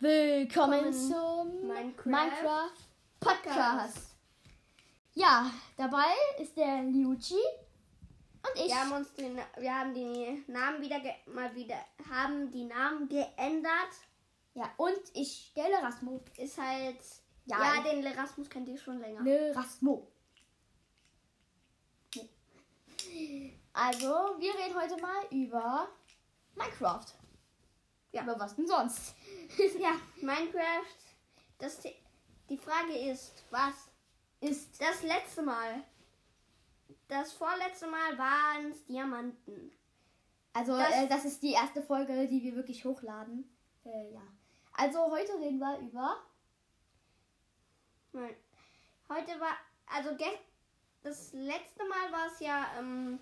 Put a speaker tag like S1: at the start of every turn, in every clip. S1: Willkommen
S2: Willkommen
S1: zum
S2: Minecraft
S1: Minecraft Podcast. Ja, dabei ist der Liucci und ich.
S2: Wir haben uns den, wir haben die Namen wieder ge, mal wieder haben die Namen geändert.
S1: Ja, und ich, der Lerasmo.
S2: Ist halt
S1: Ja.
S2: ja, den Erasmus kennt ihr schon länger.
S1: Lerasmo. Also, wir reden heute mal über Minecraft.
S2: Ja.
S1: Über was denn sonst?
S2: ja, Minecraft. Das The- die Frage ist, was
S1: Ist
S2: das letzte Mal? Das vorletzte Mal waren es Diamanten.
S1: Also,
S2: Das-
S1: äh, das ist die erste Folge, die wir wirklich hochladen. Äh, ja. Also, heute reden wir über.
S2: Nein. Heute war also gest, das letzte Mal war es ja ähm,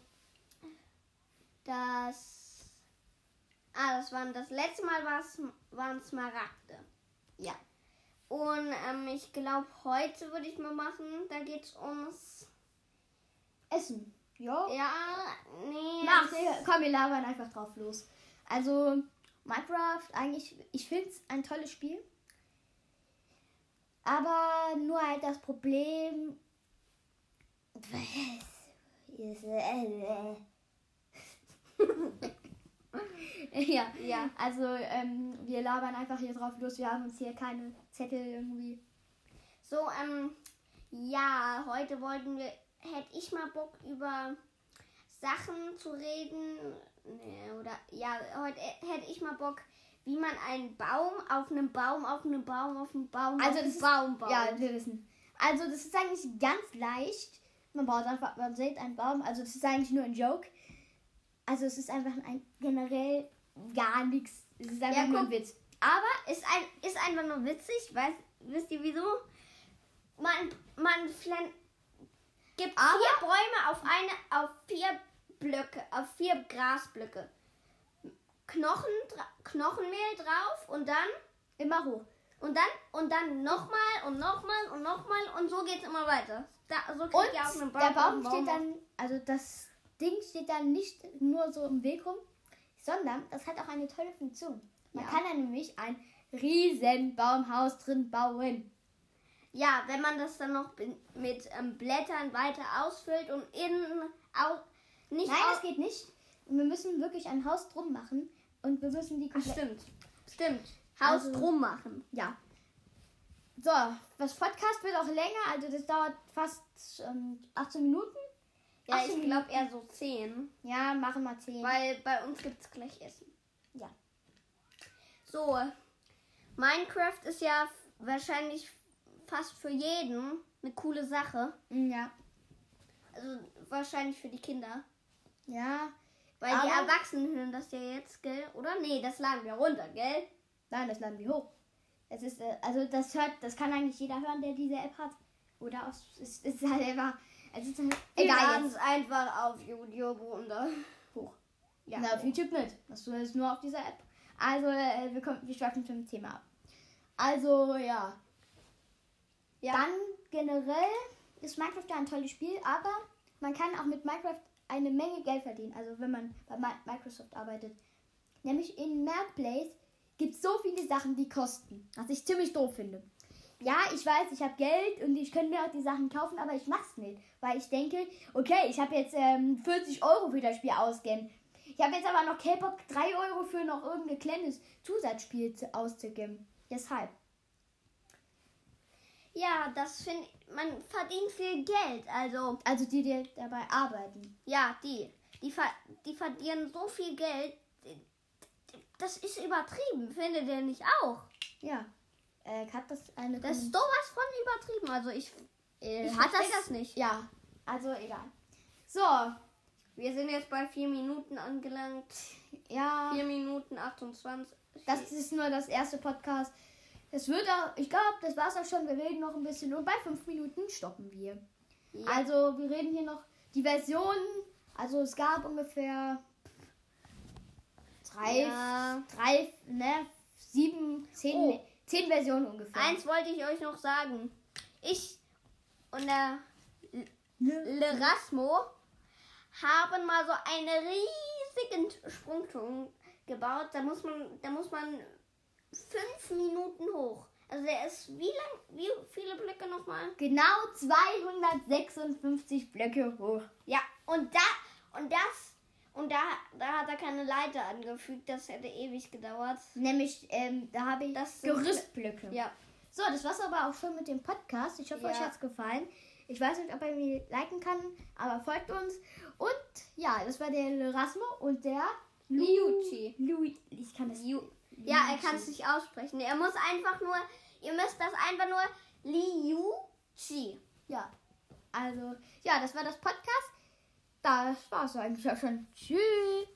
S2: das ah das waren das letzte Mal war es waren Smaragde.
S1: Ja.
S2: Und ähm, ich glaube, heute würde ich mal machen, da geht es ums.
S1: Essen. Ja.
S2: Ja, nee.
S1: Mach,
S2: das-
S1: Digga. komm, wir labern einfach drauf los. Also, Minecraft, eigentlich, ich finde es ein tolles Spiel. Aber nur halt das Problem. ja,
S2: Ja.
S1: also ähm, wir labern einfach hier drauf los. Wir haben uns hier keine Zettel irgendwie.
S2: So, ähm, ja, heute wollten wir, hätte ich mal Bock über Sachen zu reden. Nee, oder, ja, heute äh, hätte ich mal Bock, wie man einen Baum auf einem Baum, auf einem Baum, auf einem Baum,
S1: Also
S2: auf
S1: das
S2: einem
S1: ist-
S2: Baum baut.
S1: Ja, wir wissen. Also das ist eigentlich ganz leicht. Man baut einfach, man sät einen Baum. Also das ist eigentlich nur ein Joke. Also es ist einfach ein, generell gar nichts. Es ist einfach
S2: Ja,
S1: nur ein
S2: guck.
S1: Witz.
S2: Aber ist, ein, ist einfach nur witzig, weiß, wisst ihr wieso? Man, man flan gibt vier Bäume auf eine, auf vier Blöcke, auf vier Grasblöcke. Knochen, dra- Knochenmehl drauf und dann,
S1: Immer hoch.
S2: und dann, und dann nochmal und nochmal und nochmal und so geht's immer weiter. Da, so kriegt
S1: Und
S2: ihr auf einem
S1: der Baum
S2: einen
S1: steht dann, also das Ding steht dann nicht nur so im Weg rum, sondern das hat auch eine tolle Funktion. Man
S2: Ja.
S1: kann dann nämlich ein riesen Baumhaus drin bauen.
S2: Ja, wenn man das dann noch bin- mit ähm, Blättern weiter ausfüllt und innen au, nicht
S1: Nein,
S2: au-
S1: das geht nicht. Wir müssen wirklich ein Haus drum machen und wir müssen die
S2: Ach,
S1: komplette
S2: stimmt. Stimmt. Haus
S1: Also-
S2: drum machen.
S1: Ja. So, das Podcast wird auch länger, also das dauert fast ähm, 18 Minuten.
S2: Ja,
S1: Achso,
S2: ich glaube eher so 10.
S1: Ja, machen wir 10.
S2: Weil bei uns gibt es gleich Essen.
S1: Ja.
S2: So. Minecraft ist ja f- wahrscheinlich fast für jeden eine coole Sache.
S1: ja.
S2: Also wahrscheinlich für die Kinder.
S1: Ja.
S2: Weil die
S1: Aber-
S2: Erwachsenen hören das ja jetzt, gell? Oder? Nee, das laden wir runter, gell?
S1: Nein, das laden wir hoch. Es ist, äh, also das hört, das kann eigentlich jeder hören, der diese App hat. Oder aus, es ist halt einfach, es ist halt
S2: Wir
S1: egal
S2: laden
S1: jetzt.
S2: es einfach auf YouTube runter.
S1: Hoch.
S2: Ja.
S1: Na, auf YouTube nicht. Das ist nur auf dieser App. Also, äh, wir, kommen, wir schweifen zum Thema ab. Also, ja.
S2: Ja.
S1: Dann generell ist Minecraft ja ein tolles Spiel, aber man kann auch mit Minecraft eine Menge Geld verdienen. Also, wenn man bei Mi- Microsoft arbeitet. Nämlich in Marketplace gibt es so viele Sachen, die kosten. Was ich ziemlich doof finde. Ja, ich weiß, ich habe Geld und ich könnte mir auch die Sachen kaufen, aber ich mach's nicht. Weil ich denke, okay, ich habe jetzt ähm, 40 Euro für das Spiel ausgegeben. Ich habe jetzt aber noch K-Pop 3 Euro für noch irgendein kleines Zusatzspiel zu, auszugeben. Deshalb.
S2: Ja, das finde ich. Man verdient viel Geld. Also.
S1: Also die, die dabei arbeiten.
S2: Ja, die. Die, ver die verdienen so viel Geld. Das ist übertrieben, findet ihr nicht auch?
S1: Ja. Äh, hat das eine...
S2: Das ist sowas von übertrieben. Also ich,
S1: äh,
S2: ich
S1: hat das,
S2: versteh das nicht.
S1: Ja. Also egal. So.
S2: Wir sind jetzt bei 4 Minuten angelangt.
S1: Ja.
S2: 4 Minuten 28.
S1: Das ist nur das erste Podcast. Das wird auch, ich glaube, das war's auch schon. Wir reden noch ein bisschen und bei fünf Minuten stoppen wir.
S2: ja.
S1: Also wir reden hier noch die Versionen. Also es gab ungefähr drei,
S2: Ja.
S1: drei, ne, sieben, zehn,
S2: Oh.
S1: zehn Versionen ungefähr.
S2: Eins wollte ich euch noch sagen. Ich und der
S1: Ne?
S2: Lerasmo haben mal so einen riesigen Sprungturm gebaut. Da muss man, da muss man fünf fünf Minuten hoch. Also der ist wie lang, wie viele Blöcke nochmal?
S1: Genau 256 Blöcke hoch.
S2: Ja, und da, und das, und da, da hat er keine Leiter angefügt, das hätte ewig gedauert.
S1: Nämlich, ähm, da habe ich
S2: Das sind-
S1: Gerüstblöcke.
S2: Ja.
S1: So, das war's aber auch schon mit dem Podcast. Ich hoffe,
S2: Ja.
S1: euch hat's gefallen. Ich weiß nicht, ob ihr mir liken kann, aber folgt uns. Und ja, das war der Erasmo und der Lu-
S2: Liucci.
S1: Lui. Ich kann das.
S2: Liu- Ja, er kann es nicht aussprechen. Er muss einfach nur, ihr müsst das einfach nur Liu Chi.
S1: Ja. Also, ja, das war das Podcast. Das war's eigentlich auch schon. Tschüss.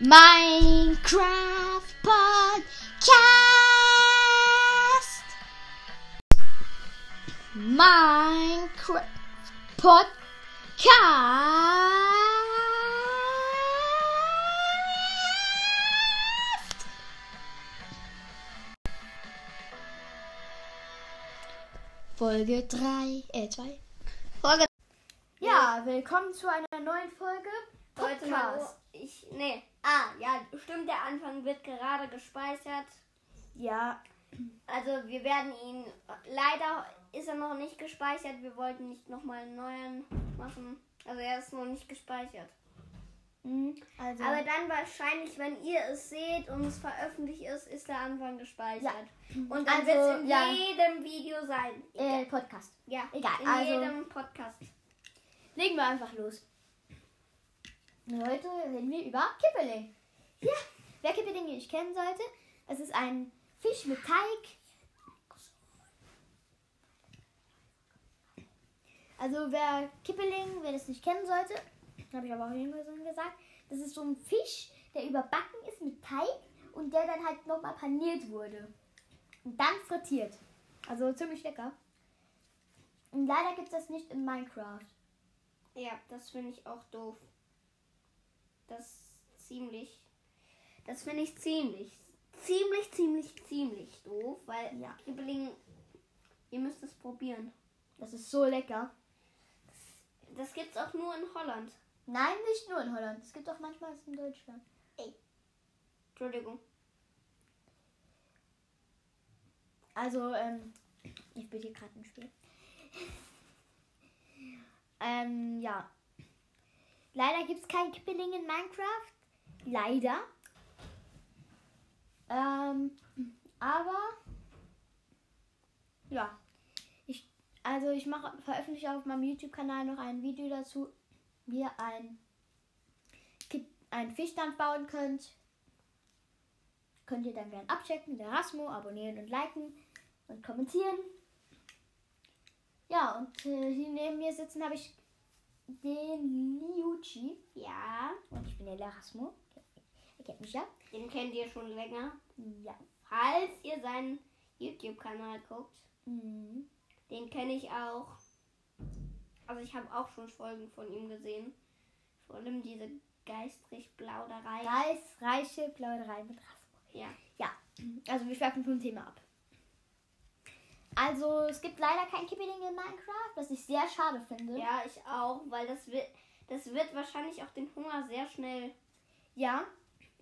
S2: Minecraft Podcast.
S1: Minecraft Podcast. Folge 3, äh 2.
S2: Folge-
S1: Ja, willkommen zu einer neuen Folge
S2: Leute, mal,
S1: Podcast.
S2: oh, ich, nee. Ah, ja, stimmt, der Anfang wird gerade gespeichert.
S1: Ja,
S2: Also wir werden ihn, leider ist er noch nicht gespeichert. Wir wollten nicht nochmal einen neuen machen. Also er ist noch nicht gespeichert.
S1: mhm, also
S2: Aber dann wahrscheinlich, wenn ihr es seht und es veröffentlicht ist, ist der Anfang gespeichert. Und dann
S1: Also,
S2: wird es in
S1: ja.
S2: jedem Video sein.
S1: äh, Podcast.
S2: ja,
S1: egal,
S2: In
S1: also-
S2: jedem Podcast.
S1: Legen wir einfach los. Heute reden wir über Kippeling. Ja, wer Kippeling nicht kennen sollte, es ist ein Fisch mit Teig. Also wer Kippeling, wer das nicht kennen sollte, habe ich aber auch irgendwann schon gesagt, das ist so ein Fisch, der überbacken ist mit Teig und der dann halt nochmal paniert wurde. Und dann frittiert. Also ziemlich lecker. Und leider gibt es das nicht in Minecraft.
S2: Ja, das finde ich auch doof. Das ist ziemlich. Das finde ich ziemlich. Ziemlich, ziemlich, ziemlich doof, weil
S1: Ja.
S2: Kibbeling, ihr müsst es probieren.
S1: Das ist so lecker.
S2: Das gibt's auch nur in Holland.
S1: Nein, nicht nur in Holland. Es gibt auch manchmal es in Deutschland.
S2: Entschuldigung.
S1: Also, ähm, ich spiele hier gerade ein Spiel. ähm, ja. Leider gibt es kein Kippeling in Minecraft. Leider. Ähm, aber. Ja. Ich, also, ich mache, veröffentliche auf meinem YouTube-Kanal noch ein Video dazu, wie ihr ein, Kipp- ein Fischstand bauen könnt. Könnt ihr dann gerne abchecken, der Rasmo, abonnieren und liken und kommentieren. Ja, und äh, hier neben mir sitzen habe ich den Liuchi.
S2: Ja,
S1: Und ich bin der Lerasmo. Ihr kennt mich ja.
S2: den kennt ihr schon länger.
S1: Ja.
S2: Falls ihr seinen YouTube-Kanal guckt,
S1: Mhm.
S2: den kenne ich auch. Also ich habe auch schon Folgen von ihm gesehen. Vor allem diese geistrig Plauderei.
S1: Geistreiche Plauderei mit Rasmo.
S2: ja.
S1: Ja, also wir schweifen vom Thema ab. Also es gibt leider kein Kippeling in Minecraft, was ich sehr schade finde.
S2: ja, ich auch, weil das wird, das wird wahrscheinlich auch den Hunger sehr schnell
S1: ja.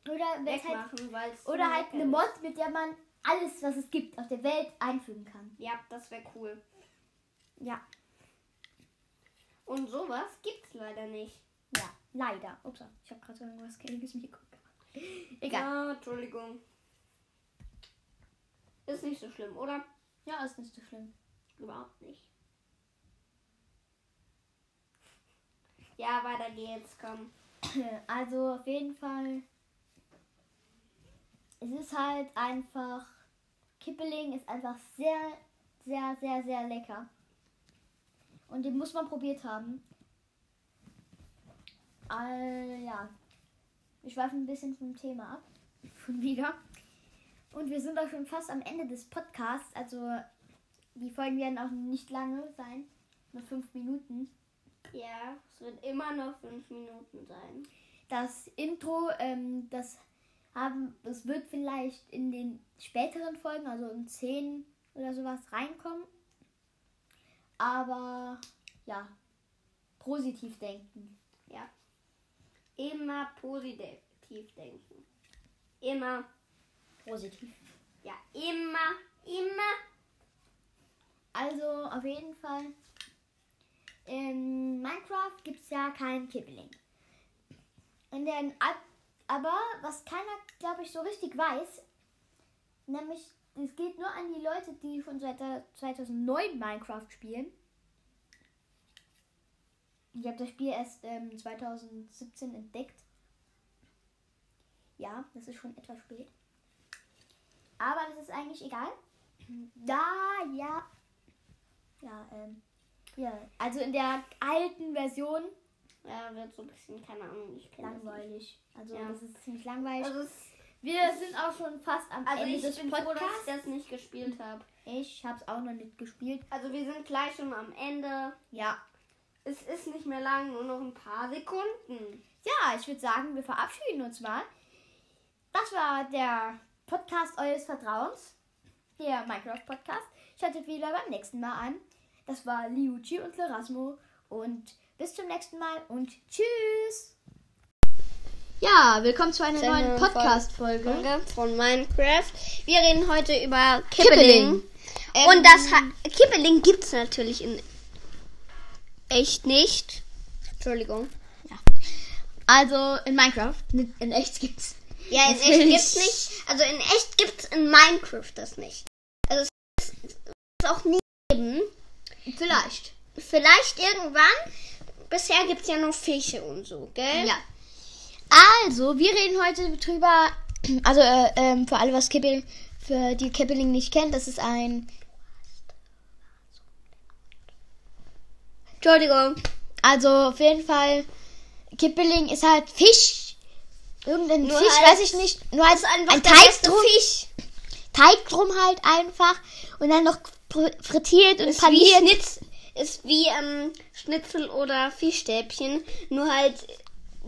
S1: Oder wenn's halt,
S2: wegmachen, weil es
S1: oder halt eine
S2: Mod.
S1: Mod, mit der man alles, was es gibt, auf der Welt einfügen kann.
S2: Ja, das wäre cool.
S1: Ja.
S2: Und sowas gibt's leider nicht.
S1: Ja, leider. Ups, ich habe gerade irgendwas Kelliges mir geguckt. Egal.
S2: Ja, Entschuldigung. Ist nicht so schlimm, oder?
S1: Ja, ist nicht so schlimm.
S2: Überhaupt nicht. Ja, weiter geht's, komm.
S1: Also auf jeden Fall. Es ist halt einfach. Kippeling ist einfach sehr, sehr, sehr, sehr lecker. Und den muss man probiert haben. All, ja. Wir schweifen ein bisschen vom Thema ab. Schon wieder. Und wir sind auch schon fast am Ende des Podcasts. Also die Folgen werden auch nicht lange sein. Nur fünf Minuten.
S2: Ja, es wird immer noch fünf Minuten sein.
S1: das Intro, ähm, das haben, das wird vielleicht in den späteren Folgen, also in 10 oder sowas, reinkommen. Aber ja, positiv denken.
S2: Ja. Immer positiv denken. Immer
S1: Positiv.
S2: Ja, immer, immer.
S1: Also auf jeden Fall. In Minecraft gibt es ja kein Kippeling. In den Ab aber was keiner, glaube ich, so richtig weiß, nämlich es geht nur an die Leute, die schon seit der 2009 Minecraft spielen. Ich habe das Spiel erst ähm, 2017 entdeckt. Ja, das ist schon etwas spät. Aber das ist eigentlich egal. Da, ja. Ja, ähm. Ja, also in der alten Version
S2: Ja, wird so ein bisschen, keine Ahnung, ich kenne das nicht.
S1: langweilig. Also
S2: Ja.
S1: das ist ziemlich langweilig.
S2: Also, es-
S1: wir sind auch schon fast am
S2: also
S1: Ende
S2: ich
S1: des
S2: bin froh, dass ich
S1: Podcasts.
S2: das nicht gespielt habe.
S1: Ich hab's auch noch nicht gespielt.
S2: Also wir sind gleich schon am Ende.
S1: Ja.
S2: Es ist nicht mehr lang, nur noch ein paar Sekunden.
S1: Ja, ich würde sagen, wir verabschieden uns mal. Das war der Podcast eures Vertrauens. Der Minecraft-Podcast. Schaltet wieder beim nächsten Mal an. Das war Liucci und Lerasmo. Und bis zum nächsten Mal und tschüss. Ja, willkommen zu einer
S2: Seine
S1: neuen
S2: Folge-
S1: Podcast-Folge.
S2: von Minecraft. Wir reden heute über
S1: Kippeling.
S2: Kippeling.
S1: Ähm,
S2: Und das ha- Kippeling gibt es natürlich in echt nicht. Entschuldigung.
S1: Also in Minecraft. In echt gibt's.
S2: Ja, in
S1: Das will
S2: echt gibt's
S1: ich.
S2: nicht. Also in echt gibt's in Minecraft das nicht. Also es ist auch nie geben.
S1: Vielleicht.
S2: Vielleicht irgendwann. Bisher gibt's ja nur Fische und so, gell?
S1: Ja. Also, wir reden heute drüber, also äh, ähm, für alle, was Kippeling, für die Kippeling nicht kennt, das ist ein,
S2: Entschuldigung.
S1: also auf jeden Fall, Kippeling ist halt Fisch. Irgendein
S2: Nur
S1: Fisch,
S2: halt-
S1: weiß ich nicht, nur als
S2: einfach
S1: ein
S2: der
S1: Teig
S2: beste
S1: drum,
S2: Fisch.
S1: Teig drum halt einfach und dann noch fr- frittiert und
S2: Ist wie,
S1: paniert.
S2: Schnitz, ist wie ähm, Schnitzel oder Fischstäbchen. Nur halt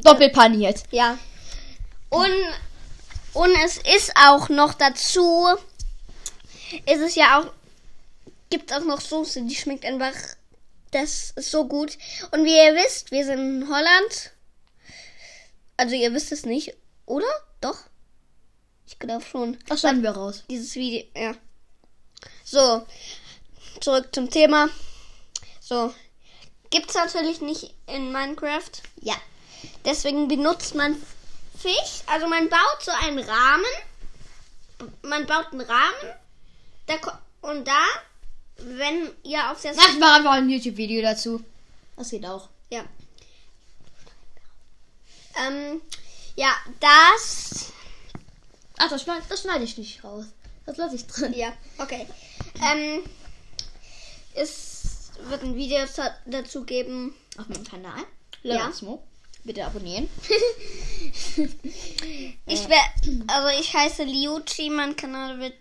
S1: Doppelt paniert.
S2: Ja. Und, und es ist auch noch dazu, ist es ja auch, gibt auch noch Soße, die schmeckt einfach, das ist so gut. Und wie ihr wisst, wir sind in Holland. Also ihr wisst es nicht, oder? Doch? Ich glaube schon.
S1: Das schneiden wir raus.
S2: Dieses Video, ja. So, zurück zum Thema. So, gibt's natürlich nicht in Minecraft.
S1: Ja.
S2: Deswegen benutzt man Fisch. Also man baut so einen Rahmen. Man baut einen Rahmen. Da, ko- und da, wenn ihr auf der Seite.
S1: Macht mal einfach ein YouTube-Video dazu. Das geht auch.
S2: Ja. Ähm, ja, das.
S1: Ach, das schneide, das schneide ich nicht raus. Das lasse ich drin.
S2: Ja, okay. Ähm, es wird ein Video za- dazu geben.
S1: auf meinem Kanal.
S2: Ja.
S1: Lerasmo. Bitte abonnieren.
S2: Ich wär, also ich heiße Liucci, mein Kanal wird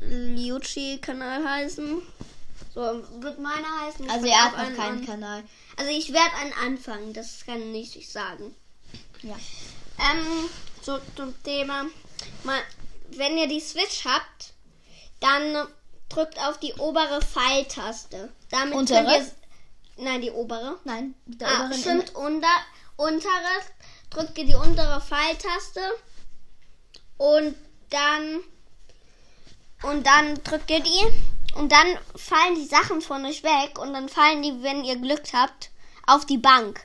S2: Liucci-Kanal heißen. So wird meiner heißen. Ich
S1: Also
S2: fang
S1: er hat
S2: auch
S1: noch
S2: einen
S1: keinen
S2: an.
S1: Kanal.
S2: Also ich werde einen anfangen, das kann ich nicht sagen.
S1: Ja.
S2: Ähm, so zum Thema. Mal, wenn ihr die Switch habt, dann drückt auf die obere Pfeiltaste. Damit
S1: Untere?
S2: könnt ihr. Nein, die obere.
S1: Nein, der
S2: Ah,
S1: oberen
S2: stimmt, unter, unteres. Drückt ihr die untere Pfeiltaste und dann und dann drückt ihr die und dann fallen die Sachen von euch weg und dann fallen die, wenn ihr Glück habt, auf die Bank.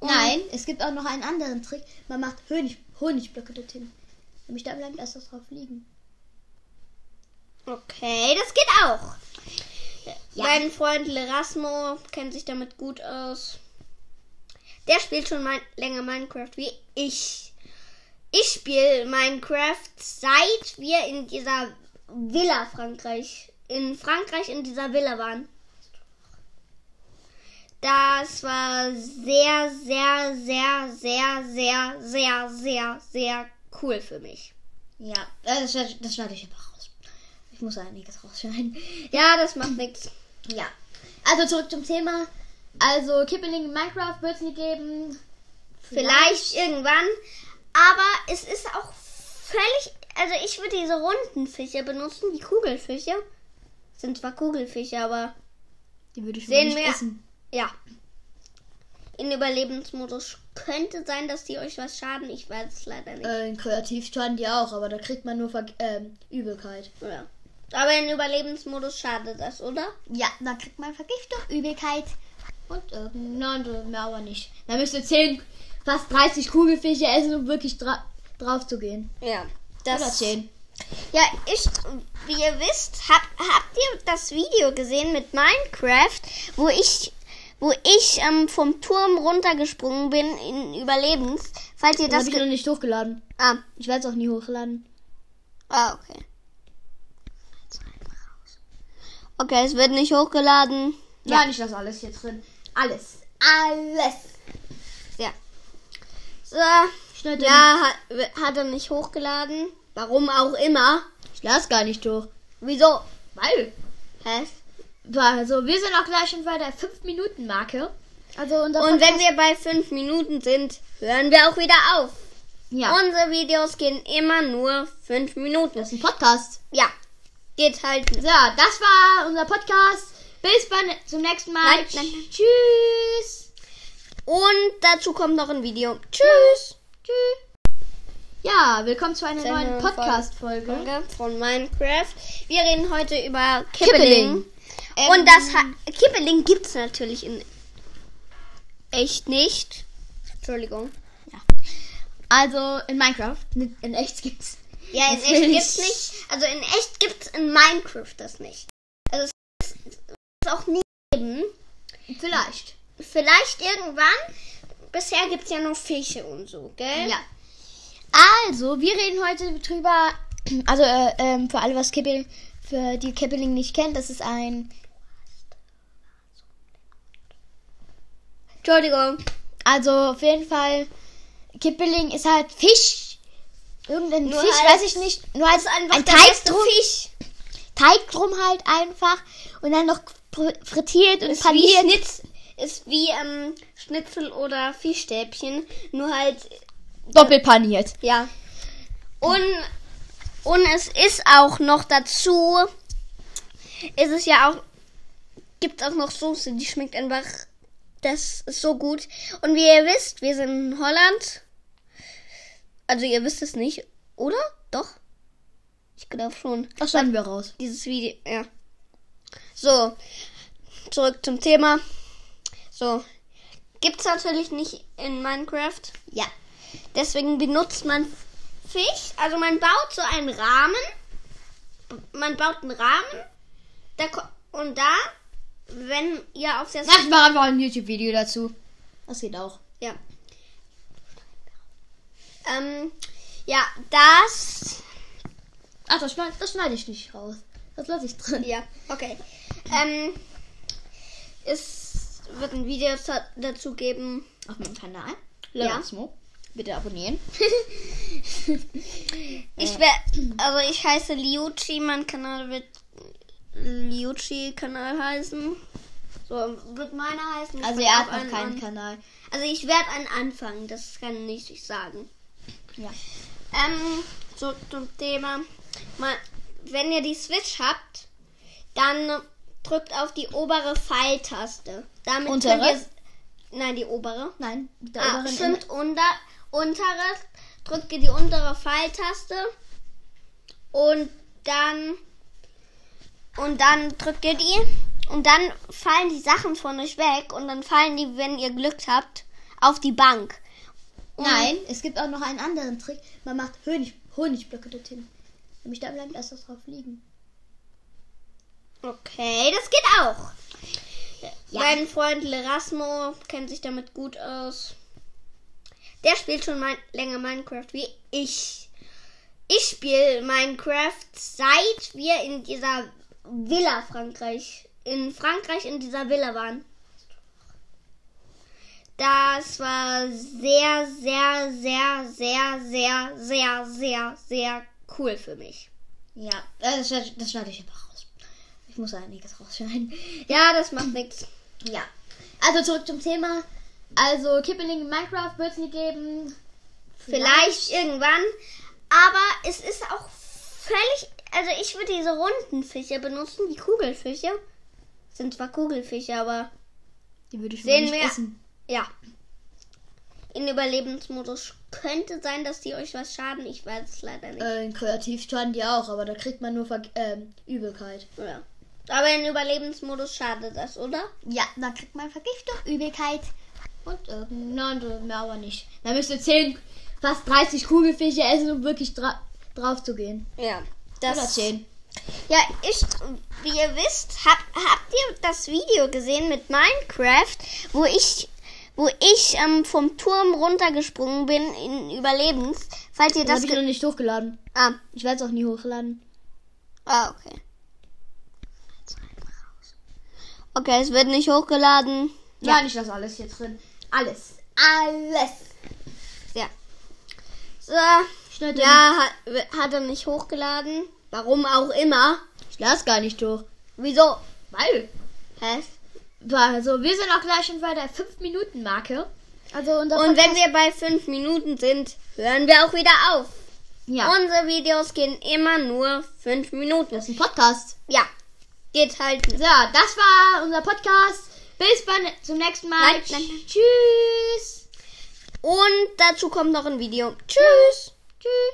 S2: Und-
S1: Nein, es gibt auch noch einen anderen Trick. Man macht Honig, Honigblöcke dorthin. Nämlich da bleibt erst das drauf liegen.
S2: Okay, das geht auch. Mein Freund Lerasmo kennt sich damit gut aus. Der spielt schon mein, länger Minecraft wie ich. Ich spiele Minecraft seit wir in dieser Villa Frankreich, in Frankreich in dieser Villa waren. Das war sehr, sehr, sehr, sehr, sehr, sehr, sehr, sehr cool für mich.
S1: Ja, das, schneid- das schneide ich einfach raus. Ich muss einiges rausschneiden.
S2: Ja, das macht nichts.
S1: Ja. Also zurück zum Thema. Also Kippeling in Minecraft wird es nie geben.
S2: Vielleicht irgendwann. Aber es ist auch völlig. Also ich würde diese runden Fische benutzen, die Kugelfische. Sind zwar Kugelfische, aber
S1: Die würde ich
S2: Sehen
S1: wohl nicht
S2: wir-
S1: essen.
S2: ja. In Überlebensmodus könnte sein, dass die euch was schaden. Ich weiß es leider nicht.
S1: Äh, kreativ schaden die auch, aber da kriegt man nur Ver ähm, Übelkeit.
S2: Ja. Aber in Überlebensmodus schadet das, oder?
S3: Ja, dann kriegt man Vergiftung, Übelkeit.
S1: Und irgendeine andere, mehr aber nicht. Da müsste 10, fast 30 Kugelfische essen, um wirklich dra drauf zu gehen.
S2: Ja. Das
S1: Oder 10.
S2: Ja, ich, wie ihr wisst, hab, habt ihr das Video gesehen mit Minecraft, wo ich, wo ich ähm, vom Turm runtergesprungen bin in Überlebens. Falls ihr
S1: Das
S2: das
S1: habe ich noch
S2: ge
S1: nicht hochgeladen.
S2: ah,
S1: Ich werde es auch nie hochladen.
S2: ah, okay. Okay, es wird nicht hochgeladen.
S1: Ja, nicht das alles hier drin. Alles.
S2: Alles. Ja. So.
S1: Schneid den-
S2: Ja, hat, hat er nicht hochgeladen. Warum auch immer.
S1: Ich lasse gar nicht hoch.
S2: Wieso?
S1: Weil.
S2: Hä?
S1: Also, wir sind auch gleich schon bei der 5-Minuten-Marke. Also, unser
S2: Und wenn
S1: Podcast-
S2: wir bei 5 Minuten sind, hören wir auch wieder auf.
S1: Ja,
S2: Unsere Videos gehen immer nur 5 Minuten.
S1: das ist ein Podcast.
S2: Ja, geht halt.
S1: So, das war unser Podcast. Bis beim, zum nächsten Mal.
S2: Nein, nein, nein.
S1: Tschüss.
S2: Und dazu kommt noch ein Video. Tschüss.
S1: Tschüss. Ja, willkommen zu einer
S2: Zu einer
S1: neuen
S2: neuen
S1: Podcast-Folge.
S2: Folge von Minecraft. Wir reden heute über
S1: Kippeling.
S2: Kippeling. Und das ha Kippeling gibt es natürlich in echt nicht. Entschuldigung.
S1: Also in Minecraft. In echt gibt's.
S2: Ja, in
S1: Das
S2: echt
S1: will ich.
S2: gibt's nicht. Also in echt gibt's in Minecraft das nicht. Also es ist auch nie geben.
S1: Vielleicht.
S2: Vielleicht irgendwann. Bisher gibt's ja nur Fische und so, gell?
S1: Ja. Also, wir reden heute drüber. Also, äh, ähm, für alle, was Kippeling, für die Kippeling nicht kennt, das ist ein.
S2: Entschuldigung.
S1: Also, auf jeden Fall, Kippeling ist halt Fisch. Irgendein
S2: Nur
S1: Fisch,
S2: halt-
S1: weiß ich nicht. Nur halt
S2: einfach
S1: ein
S2: der
S1: Teig
S2: beste
S1: drum.
S2: Fisch.
S1: Teig drum halt einfach. Und dann noch fr- frittiert und
S2: Ist wie,
S1: paniert.
S2: Schnitz, ist wie ähm, Schnitzel oder Fischstäbchen. Nur halt,
S1: Doppelt paniert.
S2: ja. Und, und es ist auch noch dazu, ist es ja auch, gibt auch noch Soße, die schmeckt einfach, das ist so gut. Und wie ihr wisst, wir sind in Holland. Also ihr wisst es nicht, oder? Doch? Ich glaube schon.
S1: Das schneiden wir raus.
S2: dieses Video, ja. So, zurück zum Thema. So, gibt's natürlich nicht in Minecraft.
S1: Ja.
S2: Deswegen benutzt man Fisch. Also man baut so einen Rahmen. Man baut einen Rahmen. Da, ko- und da, wenn ihr auf der
S1: Macht mal einfach ein YouTube-Video dazu. Das geht auch.
S2: Ja. Ähm, ja, das
S1: Ach, das schneide, das schneide ich nicht raus. Das lasse ich drin.
S2: Ja, okay. Ähm, es wird ein Video za- dazu geben.
S1: Auf meinem Kanal.
S2: Ja.
S1: Lorenzmo. Bitte abonnieren.
S2: Ich werde, also ich heiße Liucci, mein Kanal wird Liucci-Kanal heißen. So wird meiner heißen. Ich
S1: Also
S2: fang
S1: er hat
S2: auch einen
S1: noch keinen
S2: an.
S1: Kanal.
S2: Also ich werde einen anfangen, das kann ich nicht sagen.
S1: Ja.
S2: Ähm, so zum Thema. Mal, wenn ihr die Switch habt, dann drückt auf die obere Pfeiltaste. Damit
S1: Untere?
S2: könnt ihr. Nein, die obere.
S1: Nein, mit der
S2: Ah,
S1: oberen
S2: stimmt, unter, untere. Drückt ihr die untere Pfeiltaste und dann und dann drückt ihr die und dann fallen die Sachen von euch weg und dann fallen die, wenn ihr Glück habt, auf die Bank. Und-
S1: Nein, es gibt auch noch einen anderen Trick. Man macht Honig, Honigblöcke dorthin. Nämlich da bleibt erst das drauf liegen.
S2: Okay, das geht auch. Mein Freund Lerasmo kennt sich damit gut aus. Der spielt schon mein, länger Minecraft wie ich. Ich spiele Minecraft seit wir in dieser Villa Frankreich, in Frankreich in dieser Villa waren. Das war sehr, sehr, sehr, sehr, sehr, sehr, sehr, sehr cool für mich.
S1: Ja. Das, schneide- das schneide ich einfach raus. Ich muss einiges rausschneiden.
S2: Ja, das macht nichts.
S1: Ja. Also zurück zum Thema. Also Kippeling in Minecraft wird es nie geben.
S2: Vielleicht irgendwann. Aber es ist auch völlig. Also ich würde diese runden Fische benutzen, die Kugelfische. Sind zwar Kugelfische, aber
S1: Die würde ich wohl
S2: Sehen
S1: nicht
S2: wir-
S1: essen.
S2: ja. in Überlebensmodus. Könnte sein, dass die euch was schaden. Ich weiß es leider nicht.
S1: Äh, in kreativ schaden die auch, aber da kriegt man nur Ver ähm, Übelkeit.
S2: Ja. Aber in Überlebensmodus schadet das, oder?
S1: Ja, dann kriegt man Vergiftung, Übelkeit und äh. irgendeine andere, mehr aber nicht. Man müsste 10, fast 30 Kugelfische essen, um wirklich dra drauf zu gehen.
S2: Ja. Das
S1: Oder 10.
S2: Ja, ich, wie ihr wisst, hab, habt ihr das Video gesehen mit Minecraft, wo ich, wo ich ähm, vom Turm runtergesprungen bin in Überlebens. Falls ihr
S1: Das
S2: das,
S1: habe ich
S2: ge-
S1: noch nicht hochgeladen.
S2: ah,
S1: Ich werde es auch nie hochladen.
S2: ah, okay. Okay, es wird nicht hochgeladen.
S1: Ja, nicht das alles hier drin. Alles.
S2: Alles. Ja. So.
S1: Schneid
S2: Ja, hat, hat er nicht hochgeladen. Warum auch immer.
S1: Ich lasse gar nicht hoch.
S2: Wieso?
S1: Weil.
S2: Hä?
S1: Also, wir sind auch gleich schon bei der 5-Minuten-Marke. Also, unser
S2: Und wenn
S1: Podcast-
S2: wir bei 5 Minuten sind, hören wir auch wieder auf.
S1: Ja.
S2: Unsere Videos gehen immer nur 5 Minuten.
S1: das ist ein Podcast.
S2: Ja, geht halt.
S1: So, das war unser Podcast. Bis beim, zum nächsten Mal.
S2: Nein, nein, nein.
S1: Tschüss.
S2: Und dazu kommt noch ein Video. Tschüss.
S1: Tschüss.